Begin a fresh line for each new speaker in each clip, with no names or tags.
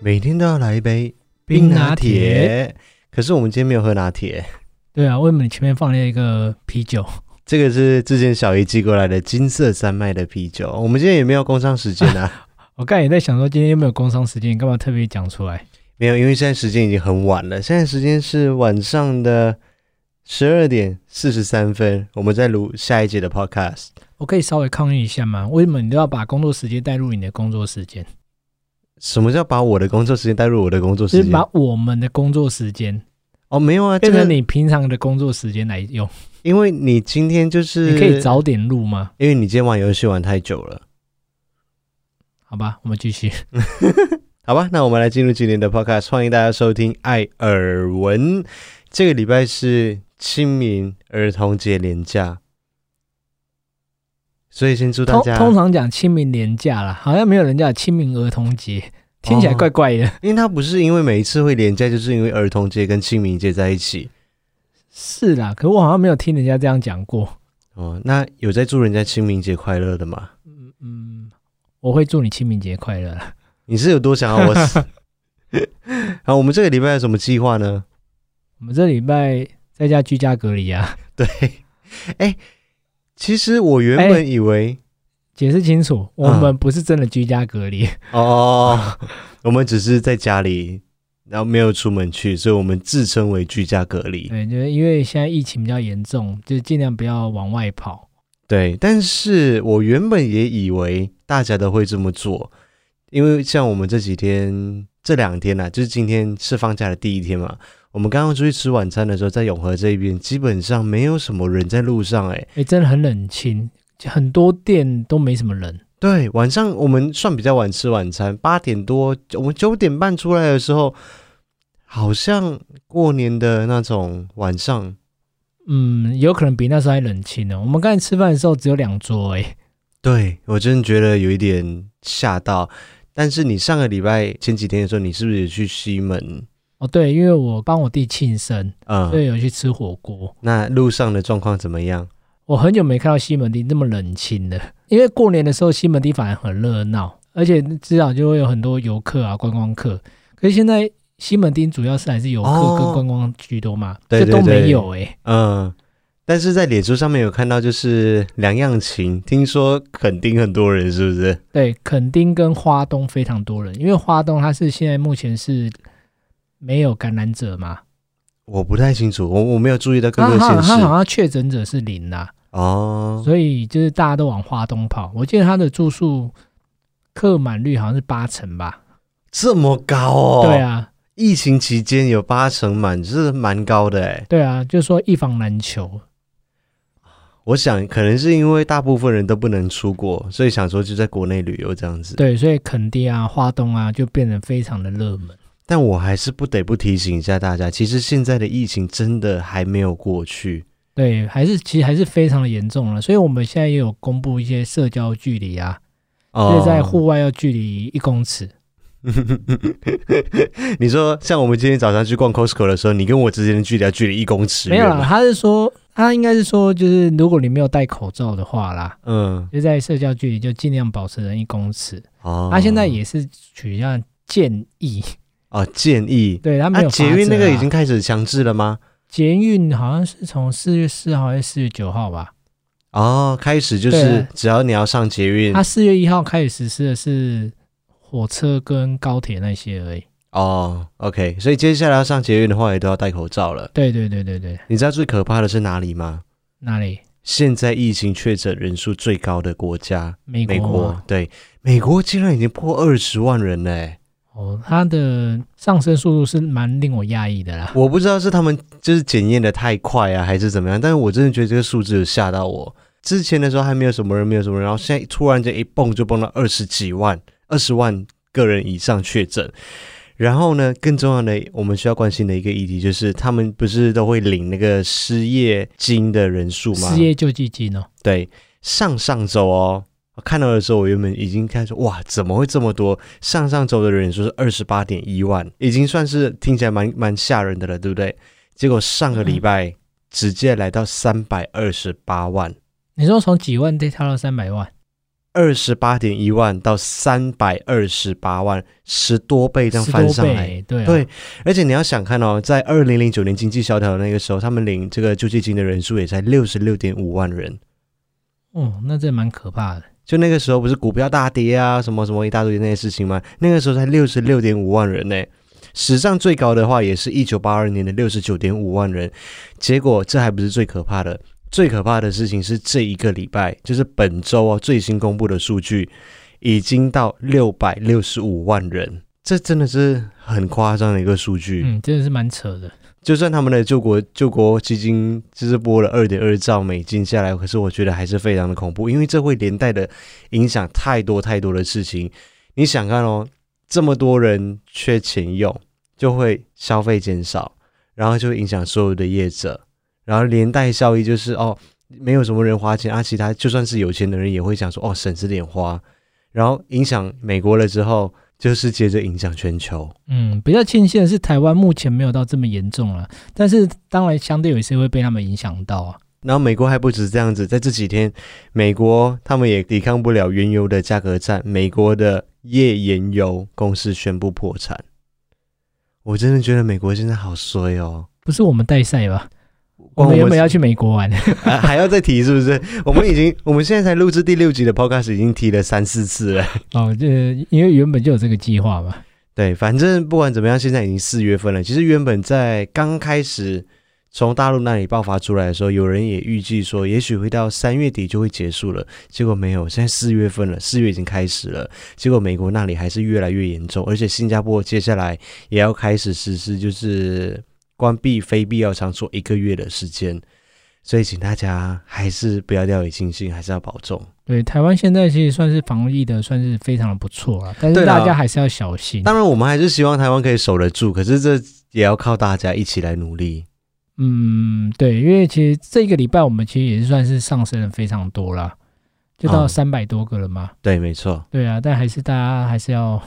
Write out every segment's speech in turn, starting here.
每天都要来一杯
冰拿
拿
铁。
铁。可是我们今天没有喝拿铁，
对啊，为什么你前面放了一个啤酒？
这个是之前小姨寄过来的金色山脉的啤酒。我们今天也没有工商时间 啊，
我刚才也在想说，今天有没有工商时间？你干嘛特别讲出来？
没有，因为现在时间已经很晚了，现在时间是晚上的十二点四十三分，我们在录下一节的 podcast。
我可以稍微抗议一下吗？为什么你都要把工作时间带入你的工作时间？
什么叫把我的工作时间带入我的工作
就
时
是
间
把？我们的工作时间
哦，没有啊，这
变
个
成你平常的工作时间来用。
因为你今天就是
你可以，早点录吗？
因为你今天玩游戏玩太久了，
好吧，我们继续。
好吧？那我们来进入今天的 podcast，欢迎大家收听《艾尔文》。这个礼拜是清明儿童节连假，所以先祝大
通
家，
通常讲清明年假啦，好像没有人讲清明儿童节，听起来怪怪 的。
因为它不是因为每一次会连假，就是因为儿童节跟清明节在一起
是啦，可我好像没有听人家这样讲过。
哦。那有在祝人家清明节快乐的吗？
嗯嗯，我会祝你清明节快乐啊啦。
你是有多想 要我死？好，我们这个礼拜有什么计划呢？
我们这礼拜在家居家隔离啊，
对，哎，其实我原
哎
本以为、
解释清楚，我们不是真的居家隔离，
哦，我们只是在家里，然后没有出门去，所以我们自称为居家隔离。
对，就是因为现在疫情比较严重，就尽量不要往外跑。
对，但是我原本也以为大家都会这么做，因为像我们这几天这两天呢、啊，就是今天是放假的第一天嘛。我们刚刚出去吃晚餐的时候，在永和这边基本上没有什么人在路上、哎，
哎，真的很冷清，很多店都没什么人。
对，晚上我们算比较晚吃晚餐，八点多，我们九点半出来的时候，好像过年的那种晚上，
嗯，有可能比那时候还冷清呢。哦我们刚才吃饭的时候只有两桌、诶，哎，
对我真的觉得有一点吓到。但是你上个礼拜前几天的时候，你是不是也去西门？
哦对，因为我帮我弟庆生，所
嗯，
以有去吃火锅。
那路上的状况怎么样？
我很久没看到西门町那么冷清了，因为过年的时候西门町反而很热闹，而且至少就会有很多游客啊、观光客。可是现在西门町主要是还是游客
哦
跟观光居多嘛，
对
这都
对对
没有哎、
嗯，但是在脸书上面有看到，就是两样情，听说肯定很多人，是不是？
对，垦丁跟花东非常多人，因为花东它是现在目前是没有感染者嘛，
我不太清楚，我我没有注意到各
它
个
它
县市
它啊好像确诊者是零啦、
哦。
所以就是大家都往花东跑。我记得他的住宿客满率好像是八成吧？
这么高哦？
对啊，
疫情期间有八成满，是蛮高的哎。
对啊，就说一房难求。
我想可能是因为大部分人都不能出国，所以想说就在国内旅游这样子。
对，所以垦丁啊、花东啊就变得非常的热门。
但我还是不得不提醒一下大家，其实现在的疫情真的还没有过去。
对，还是其实还是非常的严重了。所以我们现在也有公布一些社交距离啊，
哦
就是在户外要距离一公尺。
你说像我们今天早上去逛 Costco 的时候，你跟我之间的距离要距离一公尺
没
远
有啦，
吗？
他是说他应该是说，就是如果你没有戴口罩的话啦。
嗯，
就在社交距离就尽量保持人一公尺，
哦，
他现在也是取向建议，
哦建议，
对他没
那
有、
啊
啊
捷运那个已经，开始强制了吗？
捷运好像是从四月四号还是四月九号吧？
哦，开始就
对
是
啊
只要你要上捷运
它啊四月一号开始实施的是火车跟高铁那些而已。
哦，OK，所以接下来要上捷运的话，也都要戴口罩了。
对对对对对，
你知道最可怕的是哪里吗？
哪里？
现在疫情确诊人数最高的国家，
美国
美
吗。
国。对，美国竟然已经破二十万人欸嘞！
哦，它的上升速度是蛮令我讶异的啦。
我不知道是他们就是检验的太快啊，还是怎么样，但是我真的觉得这个数字有吓到我。之前的时候还没有什么人，没有什么人，然后现在突然间一蹦就蹦到二十几万、二十万个人以上确诊。然后呢，更重要的，我们需要关心的一个议题就是，他们不是都会领那个失业金的人数吗？
失业救济金哦，
对，上上周哦，我看到的时候，我原本已经开始哇，怎么会这么多？上上周的人数是二十八点一万，已经算是听起来蛮蛮吓人的了，对不对？结果上个礼
嗯
拜直接来到三百二十八万，
你说从几万跌跳到三百万，
二十八点一万到三百二十八万，十多倍这样
十
翻
多
上来。
倍，对啊
对，而且你要想看哦，在二零零九年经济萧条的那个时候，他们领这个救济金的人数也才六十六点五万人。
哦，那这蛮可怕的。
就那个时候不是股票大跌啊，什么什么一大堆那些事情吗？那个时候才六十六点五万人呢、史上最高的话也是一九八二年的六十九点五万人。结果这还不是最可怕的，最可怕的事情是这一个礼拜，就是本周啊最新公布的数据，已经到六百六十五万人。这真的是很夸张的一个数据，
嗯，真的是蛮扯的。
就算他们的救国救国基金就是拨了二点二兆美金下来，可是我觉得还是非常的恐怖，因为这会连带的影响太多太多的事情。你想看哦，这么多人缺钱用，就会消费减少，然后就会影响所有的业者，然后连带效益就是哦，没有什么人花钱，啊，其他就算是有钱的人也会想说哦，省着点花，然后影响美国了之后，就是接着影响全球。
嗯，比较庆幸的是，台湾目前没有到这么严重了，但是当然相对有一些会被他们影响到啊。
然后美国还不止这样子，在这几天，美国他们也抵抗不了原油的价格战，美国的页岩油公司宣布破产。我真的觉得美国现在好衰哦，
不是我们带赛吧？我
光
们
我
原
们
本要去美国玩，
啊还要再提是不是？我们已经，我们现在才录制第六集的 podcast，已经提了三四次了。
哦，这因为原本就有这个计划嘛。
对，反正不管怎么样，现在已经四月份了。其实原本在刚开始从大陆那里爆发出来的时候，有人也预计说，也许会到三月底就会结束了。结果没有，现在四月份了，四月已经开始了。结果美国那里还是越来越严重，而且新加坡接下来也要开始实施，就是关闭非必要场所一个月的时间。所以，请大家还是不要掉以轻心，还是要保重。
对，台湾现在其实算是防疫的，算是非常的不错了，但
对
是
啦
大家还是要小心。
当然，我们还是希望台湾可以守得住，可是这也要靠大家一起来努力。
嗯，对，因为其实这个礼拜我们其实也是算是上升了非常多啦，就到
哦
三百多个了嘛。
对，没错。
对啊，但还是大家还是要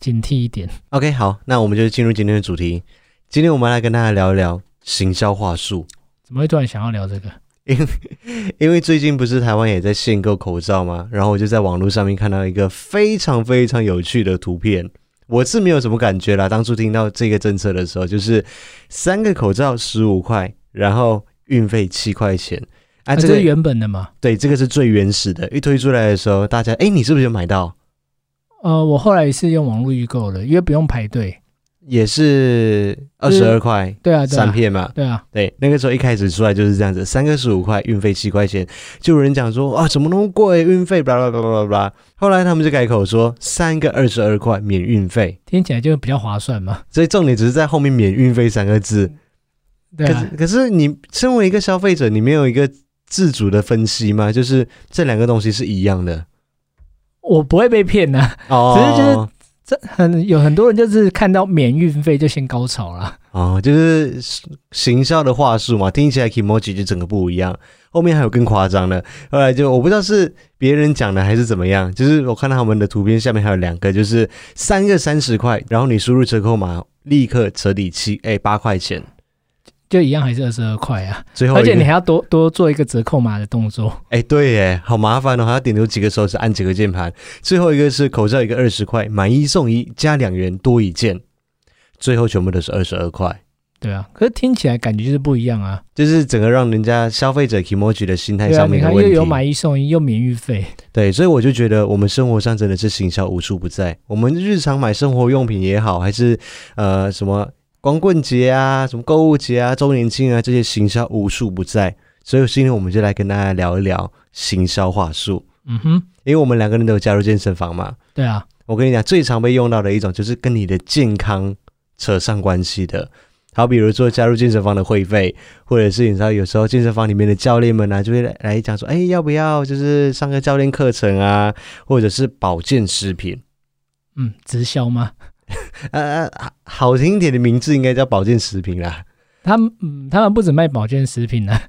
警惕一点。
OK，好，那我们就进入今天的主题。今天我们来跟大家聊一聊行销话术，
怎么会突然想要聊这
啊
个？
因为最近不是台湾也在限购口罩吗？然后我就在网络上面看到一个非常非常有趣的图片。我是没有什么感觉啦，当初听到这个政策的时候，就是三个口罩十五块，然后运费七块钱。啊，
啊，
这
这
个、
是原本的嘛？
对，这个是最原始的。一推出来的时候，大家哎，你是不是有买到？
呃，我后来是用网络预购的，因为不用排队。
也是二十二块、
对啊，对
三
啊，
片嘛。
对啊，
对，那个时候一开始出来就是这样子，三个十五块，运费七块钱，就有人讲说啊，怎么那么贵，运费巴拉巴拉巴拉巴拉。后来他们就改口说三个二十二块免运费，
听起来就比较划算嘛。
所以重点只是在后面免运费三个字。
对
可
啊
是，可是你身为一个消费者，你没有一个自主的分析吗？就是这两个东西是一样的
我不会被骗呐、
哦，
只是就是这很有很多人就是看到免运费就先高潮了。
哦，就是行销的话术嘛，听起来 emoji 就整个不一样。后面还有更夸张的，后来就我不知道是别人讲的还是怎么样，就是我看到他们的图片下面还有两个，就是三个三十块，然后你输入折扣码，立刻折抵 七哎八块钱。
就一样还是二十二块啊，
最后
而
一
且
个
你还要多多做一个折扣码的动作。
哎对耶，好麻烦哦，还要点有几个手指按几个键盘。最后一个是口罩一个二十块，买一送一加两元多一件，最后全部都是二十二块。
对啊，可是听起来感觉就是不一样啊。
就是整个让人家消费者 emoji 的心态
对啊，
上面
你
的
看
问
又
题。
有买一送一，又免运费。
对，所以我就觉得我们生活上真的是行销无处不在。我们日常买生活用品也好，还是呃什么光棍节啊、什么购物节啊、周年庆啊，这些行销无处不在。所以今天我们就来跟大家聊一聊行销话术，
嗯哼，
因为我们两个人都有加入健身房嘛。
对啊，
我跟你讲，最常被用到的一种就是跟你的健康扯上关系的，好，比如说加入健身房的会费，或者是你知道有时候健身房里面的教练们呢、就会来来讲说，哎，要不要就是上个教练课程啊，或者是保健食品，
嗯，直销吗？
呃，啊好听一点的名字应该叫保健食品啦，
他们嗯，他们不止卖保健食品啊，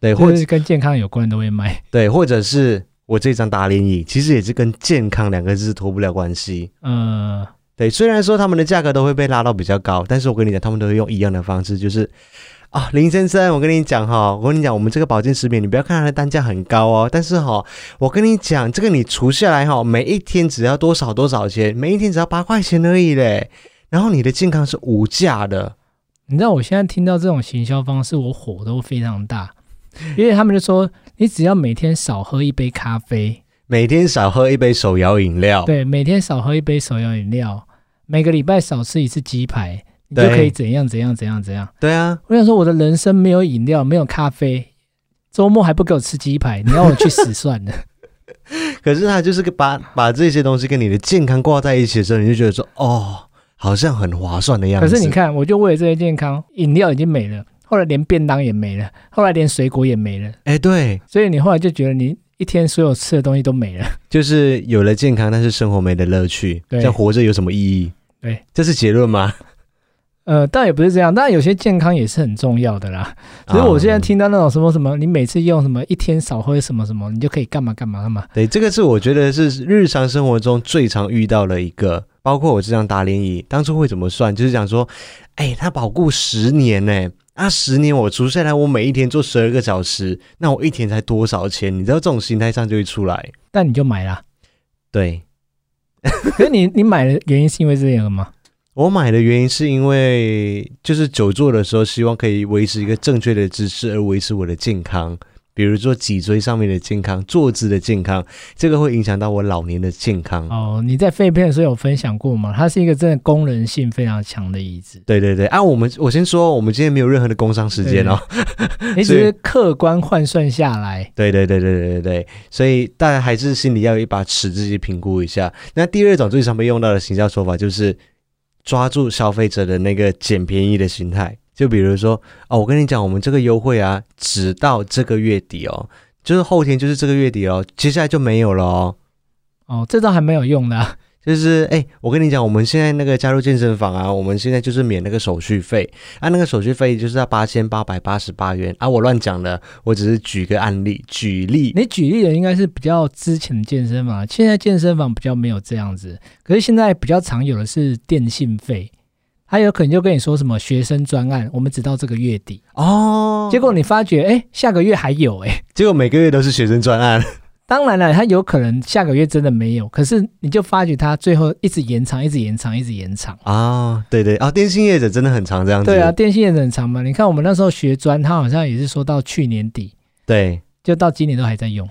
对，或
或
者
者是跟健康有关都会卖。
对，或者是我这张打脸椅，其实也是跟健康两个字脱不了关系。
呃，
对，虽然说他们的价格都会被拉到比较高，但是我跟你讲，他们都会用一样的方式，就是啊，林先生，我跟你讲哈，我跟你讲，我们这个保健食品，你不要看它的单价很高哦，但是哈，我跟你讲，这个你除下来哈，每一天只要多少多少钱，每一天只要八块钱而已嘞，然后你的健康是无价的。
你知道我现在听到这种行销方式，我火都非常大，因为他们就说你只要每天少喝一杯咖啡，
每天少喝一杯手摇饮料，
对，啊每天少喝一杯手摇饮料，每个礼拜少吃一次鸡排，你就
对
可以怎样怎样怎样怎样。
对啊，
我想说，我的人生没有饮料，没有咖啡，周末还不给我吃鸡排，你要我去死算 了。
可是他就是个把把这些东西跟你的健康挂在一起的时候，你就觉得说，哦，好像很划算的样
可
子。
是你，看，我就为了这些健康，饮料已经没了，后来连便当也没了，后来连水果也没了，
哎，对，
所以你后来就觉得你一天所有吃的东西都没了。
就是有了健康，但是生活没了乐趣，
对
这样活着有什么意义？
对，
这是结论吗？
呃，倒也不是这样，当然有些健康也是很重要的啦。只是我现在
啊、
听到那种什么什么，你每次用什么一天少喝什么什么，你就可以干嘛干嘛干嘛。
对，这个是我觉得是日常生活中最常遇到的一个。包括我这张打脸椅，当初会怎么算？就是讲说，哎，它保固十年呢、那十年我除下来，我每一天做十二个小时，那我一天才多少钱？你知道这种心态上就会出来。
但你就买啦。
对，
可是你你买的原因是因为这个吗？
我买的原因是因为，就是久坐的时候，希望可以维持一个正确的姿势，而维持我的健康，比如说脊椎上面的健康、坐姿的健康，这个会影响到我老年的健康。
哦，你在废片的时候有分享过吗？它是一个真的功能性非常强的椅子，
对对对，啊，我们我先说，我们今天没有任何的工伤时间哦。
你只是客观换算下来，
对对对对对对对，所以大家还是心里要有一把尺，自己评估一下。那第二种最常被用到的行销手法就是抓住消费者的那个捡便宜的心态，就比如说哦，我跟你讲，我们这个优惠啊，只到这个月底哦，就是后天就是这个月底哦，接下来就没有了哦。
哦，这招还蛮有用的啊、
就是哎、我跟你讲，我们现在那个加入健身房啊，我们现在就是免那个手续费啊，那个手续费就是要八千八百八十八元啊。我乱讲的，我只是举个案例，举例。
你举例的应该是比较之前的健身房，现在健身房比较没有这样子，可是现在比较常有的是电信费，还有可能就跟你说什么学生专案，我们只到这个月底，
哦，
结果你发觉哎、诶下个月还有哎、诶
结果每个月都是学生专案，
当然了，它有可能下个月真的没有，可是你就发觉它最后一直延长，一直延长，一直延长。
啊、对对啊、电信业者真的很常这样子，
对啊，，电信也很长嘛。你看我们那时候学专，它好像也是说到去年底，
对，
就到今年都还在用。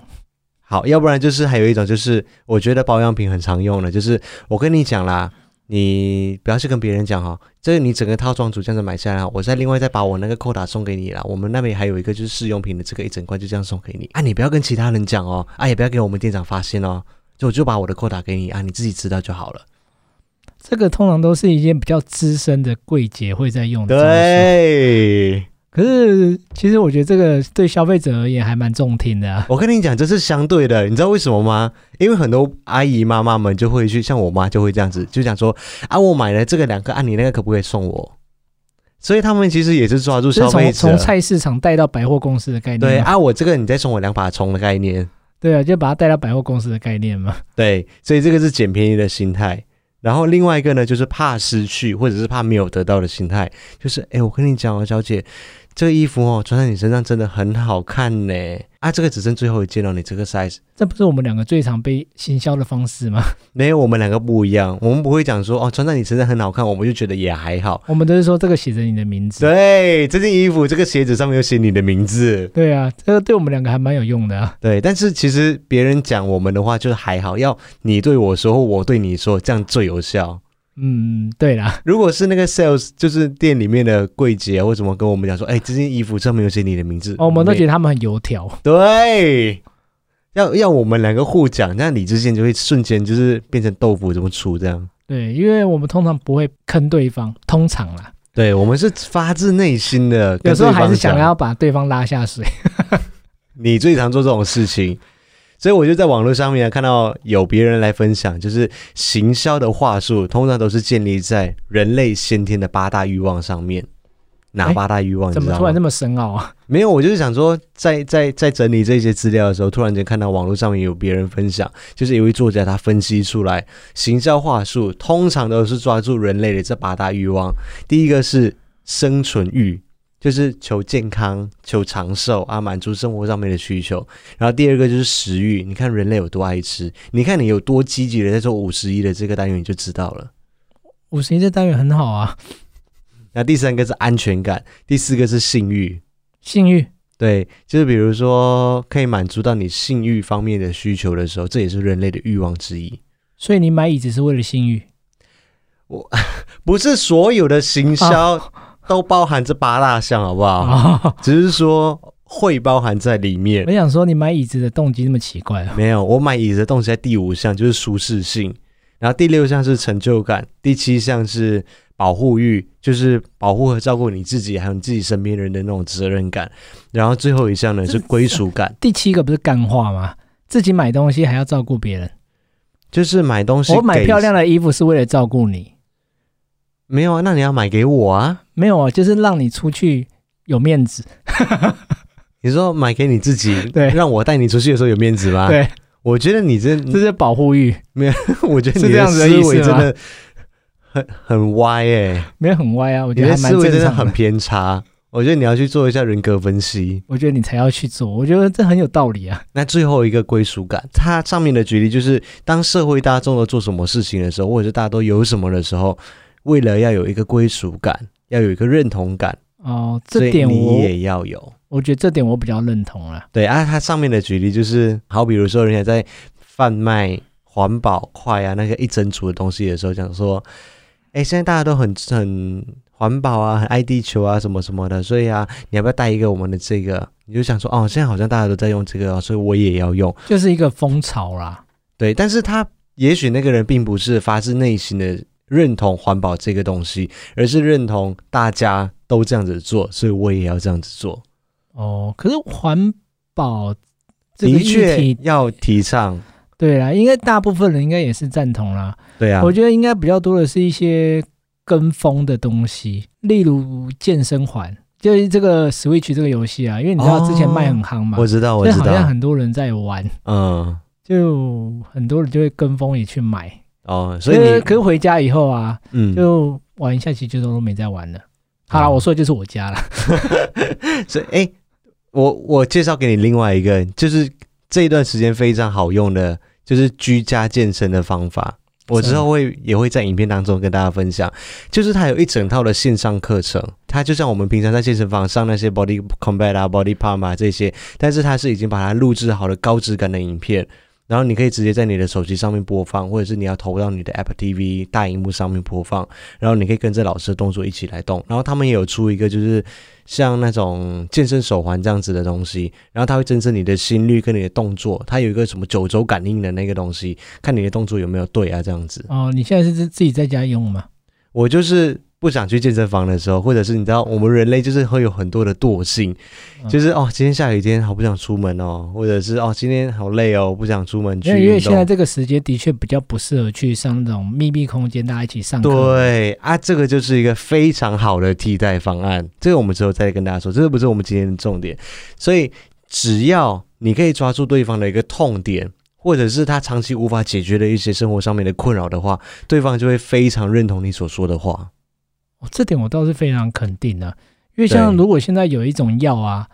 好，要不然就是还有一种就是我觉得保养品很常用的，就是我跟你讲啦，你不要去跟别人讲哈、哦，这个你整个套装组这样子买下来，我再另外再把我那个扣打送给你啦，我们那边还有一个就是试用品的这个一整罐就这样送给你啊，你不要跟其他人讲哦，啊也不要给我们店长发现哦，就我就把我的扣打给你啊，你自己知道就好了。
这个通常都是一些比较资深的柜姐会在用的招数。
对，
可是，其实我觉得这个对消费者而言还蛮中听的、啊。
我跟你讲，这是相对的，你知道为什么吗？因为很多阿姨妈妈们就会去，像我妈就会这样子，就讲说啊，我买了这个两个，啊，你那个可不可以送我？所以他们其实也是抓住
就是
消费
从从
者，
菜市场带到百货公司的概念嘛，
对啊，我这个你再送我两把葱的概念，
对啊，就把它带到百货公司的概念嘛。
对，所以这个是捡便宜的心态。然后另外一个呢，就是怕失去或者是怕没有得到的心态，就是哎，我跟你讲哦，小姐，这个衣服哦穿在你身上真的很好看呢，啊，这个只剩最后一件了，你这个 size。
这不是我们两个最常被行销的方式吗？
没有，我们两个不一样，我们不会讲说哦，穿在你身上很好看，我们就觉得也还好。
我们都是说这个写着你的名字。
对，这件衣服、这个鞋子上面有写你的名字。
对啊，这个对我们两个还蛮有用的、啊。
对，但是其实别人讲我们的话就是还好，要你对我说或我对你说，这样最有效。
嗯，对啦，
如果是那个 sales，就是店里面的柜姐啊或什么跟我们讲说，哎，这件衣服上面有写你的名字，
哦我们都觉
得
得他们很油条。
对。要要我们两个互讲，那理智线就会瞬间就是变成豆腐怎么出这样。
对，因为我们通常不会坑对方，通常啦，
对我们是发自内心的，
有时候
跟对
还
方
是想
讲
要把对方拉下水。
你最常做这种事情，所以我就在网络上面看到有别人来分享，就是行销的话术通常都是建立在人类先天的八大欲望上面。哪
哎
八大欲哦望？你
怎
知
么
道
突然
吗
这？么深奥啊？
没有，我就是想说，在在在整理这些资料的时候，突然间看到网络上面有别人分享，就是有一位作家他分析出来，行销话术通常都是抓住人类的这八大欲望。第一个是生存欲，就是求健康、求长寿啊，满足生活上面的需求。然后第二个就是食欲，你看人类有多爱吃，你看你有多积极的在做五十一的这个单元，你就知道了。
五十一这单元很好啊，
那第三个是安全感，第四个是性欲，
性欲
对，就是比如说可以满足到你性欲方面的需求的时候，这也是人类的欲望之一。
所以你买椅子是为了性欲，
不是所有的行
哦
销都包含这八大项，好不好？
啊！
只是说会包含在里面
我。想说，你买椅子的动机那么奇怪啊？
没有，我买椅子的东西在第五项就是舒适性，然后第六项是成就感，第七项是保护欲，就是保护和照顾你自己还有你自己身边人的那种责任感，然后最后一项呢是归属感，
第七个不是干话吗？自己买东西还要照顾别人，
就是买东西。
我买漂亮，的衣服是为了照顾你，
没有啊？那你要买给我啊？
没有啊，就是让你出去有面子。
你说买给你自己，
对
让我带你出去的时候有面子吗？，
对，
我觉得你 这，
这是保护欲，
我觉得
是
你
这样子的
思
意思
维真
吗
的很很歪哎、
没有很歪啊，我
你
觉得
的
还蛮
思维真
正
的
常
很
的。
偏差。我觉得你要去做一下人格分析。
我觉得你才要去做，我觉得这很有道理啊。
那最后一个归属感，它上面的举例就是，当社会大众都做什么事情的时候，或者是大家都有什么的时候，为了要有一个归属感，要有一个认同感，
哦，
所
这
以
点
你
我
也要有。
我觉得这点我比较认同啦。
对啊，它上面的举例就是，好比如说人家在贩卖环保筷啊那个一整组的东西的时候，讲说，哎，现在大家都很很环保啊，很爱地球啊，什么什么的，所以啊，你要不要带一个我们的这个？你就想说，哦，现在好像大家都在用这个、哦，所以我也要用。
就是一个风潮啦。
对，但是他也许那个人并不是发自内心的认同环保这个东西，而是认同大家都这样子做，所以我也要这样子做。
哦，可是环保这个
的
议
确
题，
要提倡，
对啦，应该大部分人应该也是赞同啦。
对啊
我，觉得应该比较多的是一些跟风的东西，例如健身环，就是这个 Switch 这个游戏啊，因为你知道之前卖很夯嘛，
哦我知道，我
所以
知
好像
道，
很多人在玩，
嗯，
就很多人就会跟风也去买。
哦，所以
可是
你
可是回家以后啊，
嗯，
就玩一下，其实就都没在玩了。好啦，
嗯
我说的就是我家啦。
所以哎、我我介绍给你另外一个，就是这一段时间非常好用的，就是居家健身的方法。我之后会也会在影片当中跟大家分享，就是它有一整套的线上课程，它就像我们平常在健身房上那些 body combat 啊、body pump 啊这些，但是它是已经把它录制好了高质感的影片，然后你可以直接在你的手机上面播放，或者是你要投到你的 Apple TV 大荧幕上面播放，然后你可以跟着老师的动作一起来动，然后他们也有出一个就是像那种健身手环这样子的东西，然后它会侦测你的心率跟你的动作，它有一个什么九轴感应的那个东西，看你的动作有没有对啊，这样子。
哦，你现在是自自己在家用吗？
我就是不想去健身房的时候，或者是你知道，我们人类就是会有很多的惰性，
嗯
就是哦，今天下雨天好不想出门哦，或者是哦，今天好累哦，不想出门去
因为因为
运
现在
动。
这个时间的确比较不适合去上那种密闭空间，大家一起上课。
对啊，这个就是一个非常好的替代方案。这个我们之后再跟大家说，这个不是我们今天的重点。所以只要你可以抓住对方的一个痛点，或者是他长期无法解决的一些生活上面的困扰的话，对方就会非常认同你所说的话。
哦，这点我倒是非常肯定的、因为像
对
如果现在有一种药啊，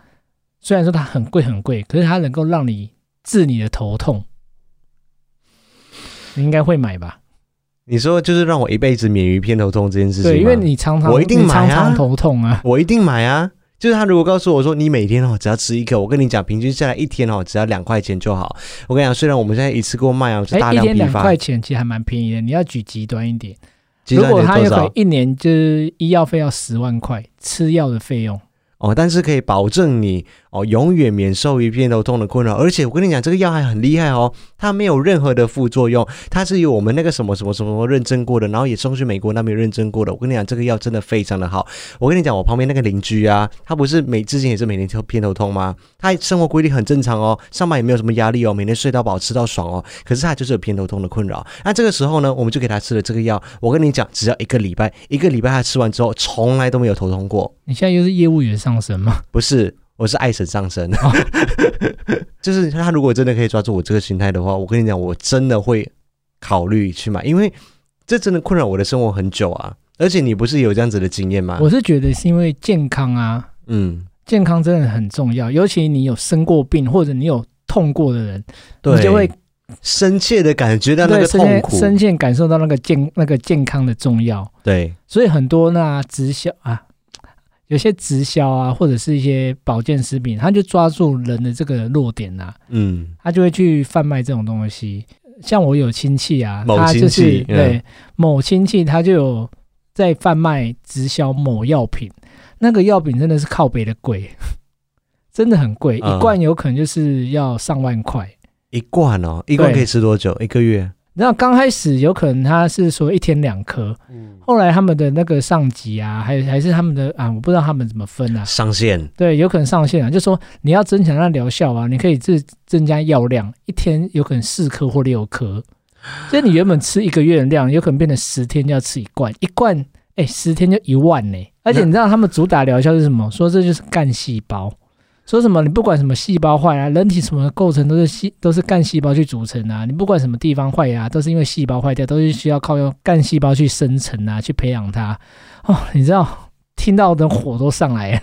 虽然说它很贵很贵，可是它能够让你治你的头痛，你应该会买吧？
你说就是让我一辈子免于偏头痛这件事情吗
对，因为你常常
我一定
你
买啊
常常头痛啊。
我一定买啊。就是他如果告诉我说你每天哦只要吃一颗，我跟你讲，平均下来一天哦只要两块钱就好。我跟你讲，虽然我们现在一次过卖啊，就大
哎，一
量
天
批
两
发
块，钱其实还蛮便宜的，你要举极端一点。
极
如
端
果
点
他
多
有可能
少？
一年就是医药费要十万块，吃药的费用，
哦，但是可以保证你哦永远免受于偏头痛的困扰。而且我跟你讲，这个药还很厉害哦，它没有任何的副作用，它是由我们那个什么什么什么认证过的，然后也送去美国那边认证过的。我跟你讲，这个药真的非常的好。我跟你讲，我旁边那个邻居啊，他不是每之前也是每天都偏头痛吗？他生活规律很正常哦，上班也没有什么压力哦，每天睡到饱吃到爽哦。可是他就是有偏头痛的困扰。那这个时候呢，我们就给他吃了这个药。我跟你讲，只要一个礼拜，一个礼拜他吃完之后，从来都没有头痛过。
你现在又是业务员上升嘛？
不是，我是爱神上身。 就是他如果真的可以抓住我这个心态的话，我跟你讲，我真的会考虑去买，因为这真的困扰我的生活很久啊。而且你不是有这样子的经验吗？
我是觉得是因为健康啊，
嗯，
健康真的很重要，尤其你有生过病或者你有痛过的人，你就会
深切的感觉到啊那
对
个
深
痛
切
苦，
深切感受到那个健那个健康的重要。
对，
所以很多那直销啊，有些直销啊，或者是一些保健食品，他就抓住人的这个弱点呐、啊，
嗯
他就会去贩卖这种东西。像我有亲戚啊，
某
他就
亲戚
是、对某亲戚，他就有在贩卖直销某药品，那个药品真的是靠北的贵， 真的很贵，
嗯
一罐有可能就是要上万块。
一罐哦，一罐
对
可以吃多
嗯
久？一个月？
那刚开始有可能他是说一天两颗，
嗯，
后来他们的那个上级啊，还还是他们的啊，我不知道他们怎么分啊，
上限
对，有可能上限啊，就说你要增强它的疗效啊，你可以自增加药量，一天有可能四颗或六颗，所以你原本吃一个月的量，有可能变成十天就要吃一罐，一罐哎、十天就一万呢、而且你知道他们主打疗效是什么？说这就是干细胞，说什么你不管什么细胞坏啊，人体什么构成都是细都是干细胞去组成啊，你不管什么地方坏啊，都是因为细胞坏掉，都是需要靠用干细胞去生成啊，去培养它。哦，你知道听到的火都上来了。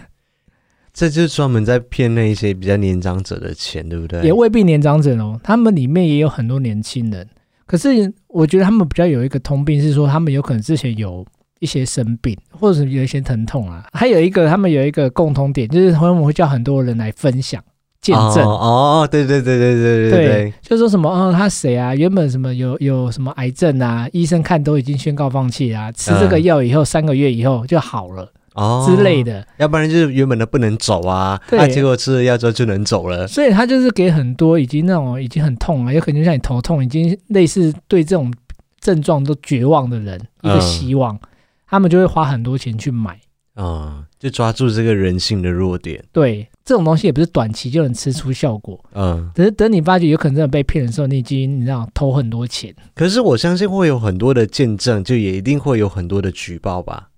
这就是专门在骗那一些比较年长者的钱，对不对？
也未必年长者哦，他们里面也有很多年轻人。可是我觉得他们比较有一个通病是说，他们有可能之前有一些生病，或者是有一些疼痛啊。还有一个，他们有一个共通点，就是他们会叫很多人来分享见证。
哦哦，哦对对对对对对
对，就说什么，嗯，他谁啊？原本什么有有什么癌症啊，医生看都已经宣告放弃啦、吃这个
嗯
药以后、三个月以后就好了
哦
之类，的。
要不然就是原本的不能走啊，
对
啊，结果吃了药之后就能走了，
所以他就是给很多已经那种已经很痛了，有可能就像你头痛，已经类似对这种症状都绝望的人一个
嗯
希望，他们就会花很多钱去买。
啊、就抓住这个人性的弱点，
对，这种东西也不是短期就能吃出效果，
嗯。
只是等你发觉有可能真的被骗的时候，你已经你知道投很多钱。
可是我相信会有很多的见证，就也一定会有很多的举报吧，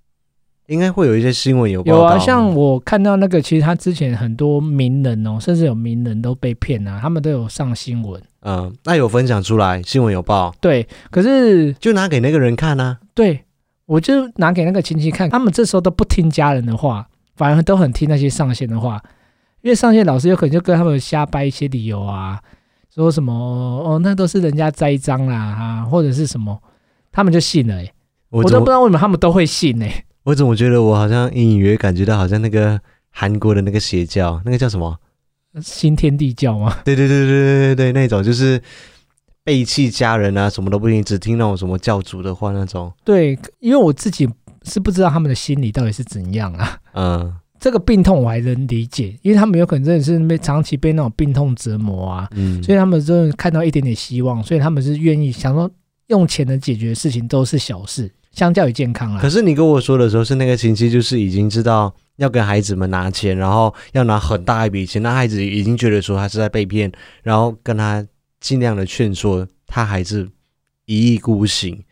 应该会有一些新闻有报道。
有啊，像我看到那个，其实他之前很多名人哦，甚至有名人都被骗啊，他们都有上新闻。
嗯，那有分享出来，新闻有报，
对，可是
就拿给那个人看啊。
对，我就拿给那个亲戚看，他们这时候都不听家人的话，反而都很听那些上线的话，因为上线老师有可能就跟他们瞎掰一些理由啊，说什么哦，那都是人家栽赃啦啊，或者是什么，他们就信了、欸。
我
我
怎
都不知
么
道为什么他们都会信呢、欸
我怎么觉得我好像隐隐约感觉到好像那个韩国的那个邪教，那个叫什么？
新天地教吗？
对对对对对对对，那种就是背弃家人啊，什么都不听，只听那种什么教主的话那种。
对，因为我自己是不知道他们的心理到底是怎样啊。
嗯
这个病痛我还能理解，因为他们有可能真的是被长期被那种病痛折磨啊，
嗯，
所以他们真的看到一点点希望，所以他们是愿意想说用钱能解决的事情都是小事，相较于健康
可
啦。
是你跟我说的时候，是那个亲戚就是已经知道要跟孩子们拿钱，然后要拿很大一笔钱，那孩子已经觉得说他是在被骗，然后跟他尽量的劝说，他还是一意孤行，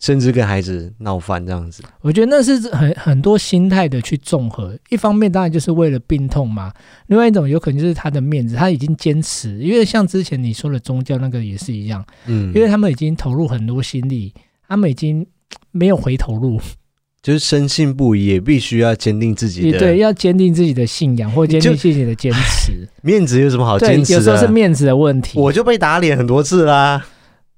甚至跟孩子闹翻这样子。
我觉得那是很很多心态的去综合，一方面当然就是为了病痛嘛，另外一种有可能就是他的面子，他已经坚持，因为像之前你说的宗教那个也是一样，
嗯，
因为他们已经投入很多心力，他们已经。没有回头路，
嗯就是深信不疑，也必须要坚定自己
也对，
的
要坚定自己的信仰或坚定
啊就
自己的坚持。
面子，有什么好
对，
坚持
有时候是
的？
面子的问题。
我就被打脸很多次啦，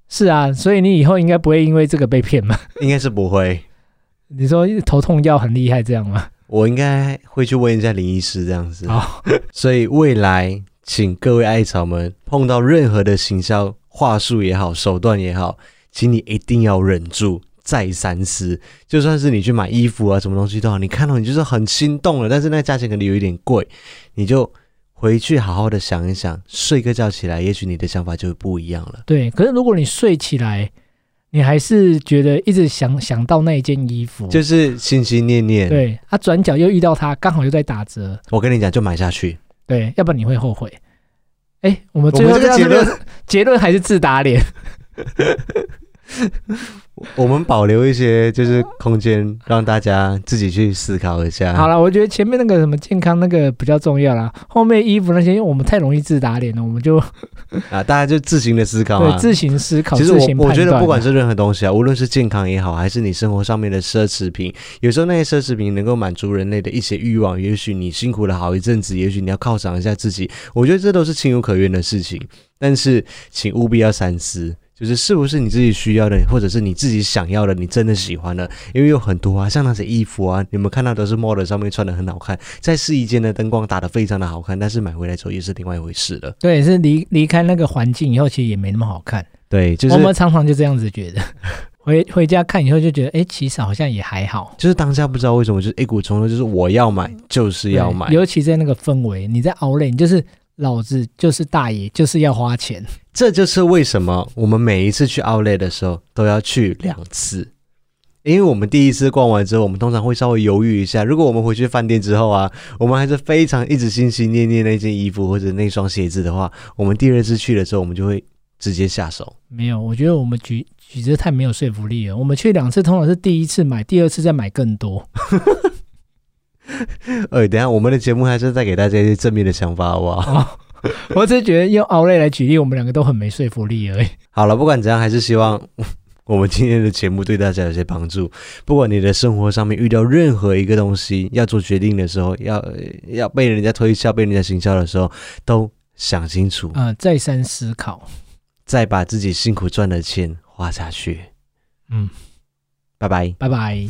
是啊，所以你以后应该不会因为这个被骗嘛。
应该是不会，
你说头痛药很厉害这样吗？
我应该会去问一下林医师这样子。
好，
所以未来，请各位艾草们碰到任何的行销话术也好，手段也好，请你一定要忍住。再三思，就算是你去买衣服啊，什么东西都好，你看到你就是很心动了，但是那价钱可能有一点贵，你就回去好好的想一想，睡个觉起来，也许你的想法就会不一样了。
对。可是如果你睡起来，你还是觉得一直想想到那一件衣服，
就是心心念念，
对。啊，转角又遇到它，刚好又在打折，
我跟你讲，就买下去。
对，要不然你会后悔。哎，我们
我
最
们
后
这个
到
结论
结论还是自打脸。
我们保留一些就是空间，让大家自己去思考一下。
好了，我觉得前面那个什么健康那个比较重要啦，后面衣服那些，因为我们太容易自打脸了，我们就
啊，大家就自行的思考啊
对。自行思考，
其实
自行判
我
断。
我觉得不管是任何东西啊，无论是健康也好，还是你生活上面的奢侈品，有时候那些奢侈品能够满足人类的一些欲望，也许你辛苦了好一阵子，也许你要犒赏一下自己，我觉得这都是情有可原的事情。但是，请务必要三思，就是是不是你自己需要的，或者是你自己想要的，你真的喜欢的。因为有很多啊，像那些衣服啊，你们看到都是 model 上面穿的很好看，在试衣间的灯光打得非常的好看，但是买回来之后又是另外一回事了。
对，是离离开那个环境以后，其实也没那么好看。
对，就是
我们常常就这样子觉得， 回回家看以后就觉得，哎、其实好像也还好。
就是当下不知道为什么，就是哎一股冲动，就是我要买，就是要买
对。尤其在那个氛围，你在熬累，你就是老子就是大爷，就是要花钱。
这就是为什么我们每一次去 Outlet 的时候都要去两次，因为我们第一次逛完之后，我们通常会稍微犹豫一下。如果我们回去饭店之后啊，我们还是非常一直心心念念那件衣服或者那双鞋子的话，我们第二次去的时候，我们就会直接下手。
没有，我觉得我们举举这太没有说服力了。我们去两次，通常是第一次买，第二次再买更 多。
哎，等一下我们的节目还是再给大家一些正面的想法，好不好？
哦，我只是觉得用熬累来举例，我们两个都很没说服力而已。
好了，不管怎样，还是希望 我们今天的节目对大家有些帮助。不管你的生活上面遇到任何一个东西，要做决定的时候，要呃要被人家推销、被人家行销的时候，都想清楚，
呃，再三思考。
再把自己辛苦赚的钱花下去。
嗯，
拜拜。
拜拜。